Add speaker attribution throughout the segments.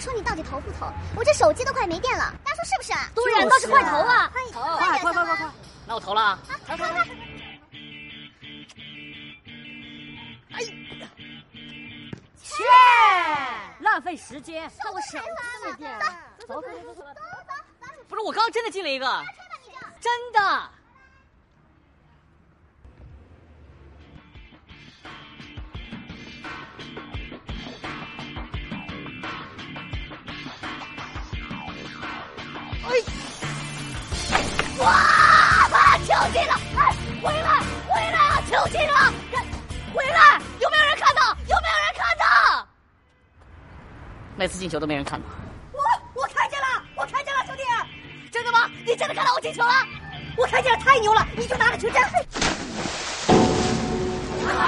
Speaker 1: 说你到底投不投？我这手机都快没电了，大家说是不是啊？
Speaker 2: 对呀、倒是快投啊！
Speaker 1: 快
Speaker 2: 投
Speaker 1: 快
Speaker 3: 快
Speaker 1: 点
Speaker 3: 快快
Speaker 1: 小
Speaker 3: 快快
Speaker 1: 马！
Speaker 3: 那我投了啊！投投投！
Speaker 2: 切，浪费时间，看我手机没电了。走走走走走，
Speaker 3: 不是，我刚刚真的进了一个，
Speaker 2: 真的。
Speaker 1: 啊，球进了！哎，回来，回来啊！球进了！
Speaker 2: 回来，有没有人看到？有没有人看到？
Speaker 3: 每次进球都没人看到。
Speaker 2: 我我看见了，我看见了，兄弟！真的吗？你真的看到我进球了？我看见了，太牛了！你就拿着球站。看到了，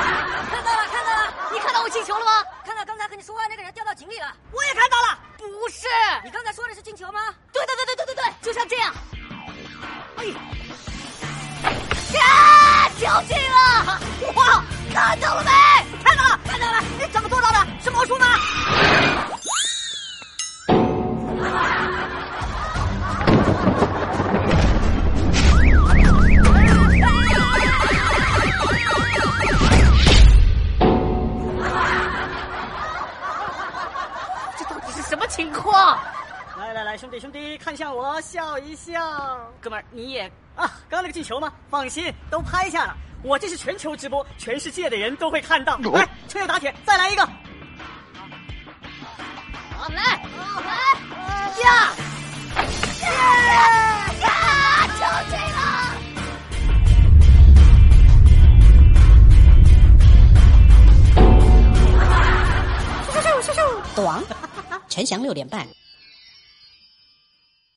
Speaker 2: 看到了！你看到我进球了吗？看到刚才和你说话那个人掉到井里了。我也看到了。不是，你刚才说的是进球吗？对对对对对对对，就像这样。哎呀！啊！球进了！哇，看到了没？看到了，看到了！你怎么做到的？是魔术吗？
Speaker 3: 这到底是什么情况？
Speaker 4: 来来来，兄弟兄弟，看向我，笑一笑
Speaker 3: 哥们儿，你也
Speaker 4: 啊！刚刚那个进球吗？放心，都拍下了。我这是全球直播，全世界的人都会看到。来，吹牛打铁，再来一个！
Speaker 3: 好来，
Speaker 2: 呀！
Speaker 1: 啊，球进了！
Speaker 5: 短，陈翔六点半。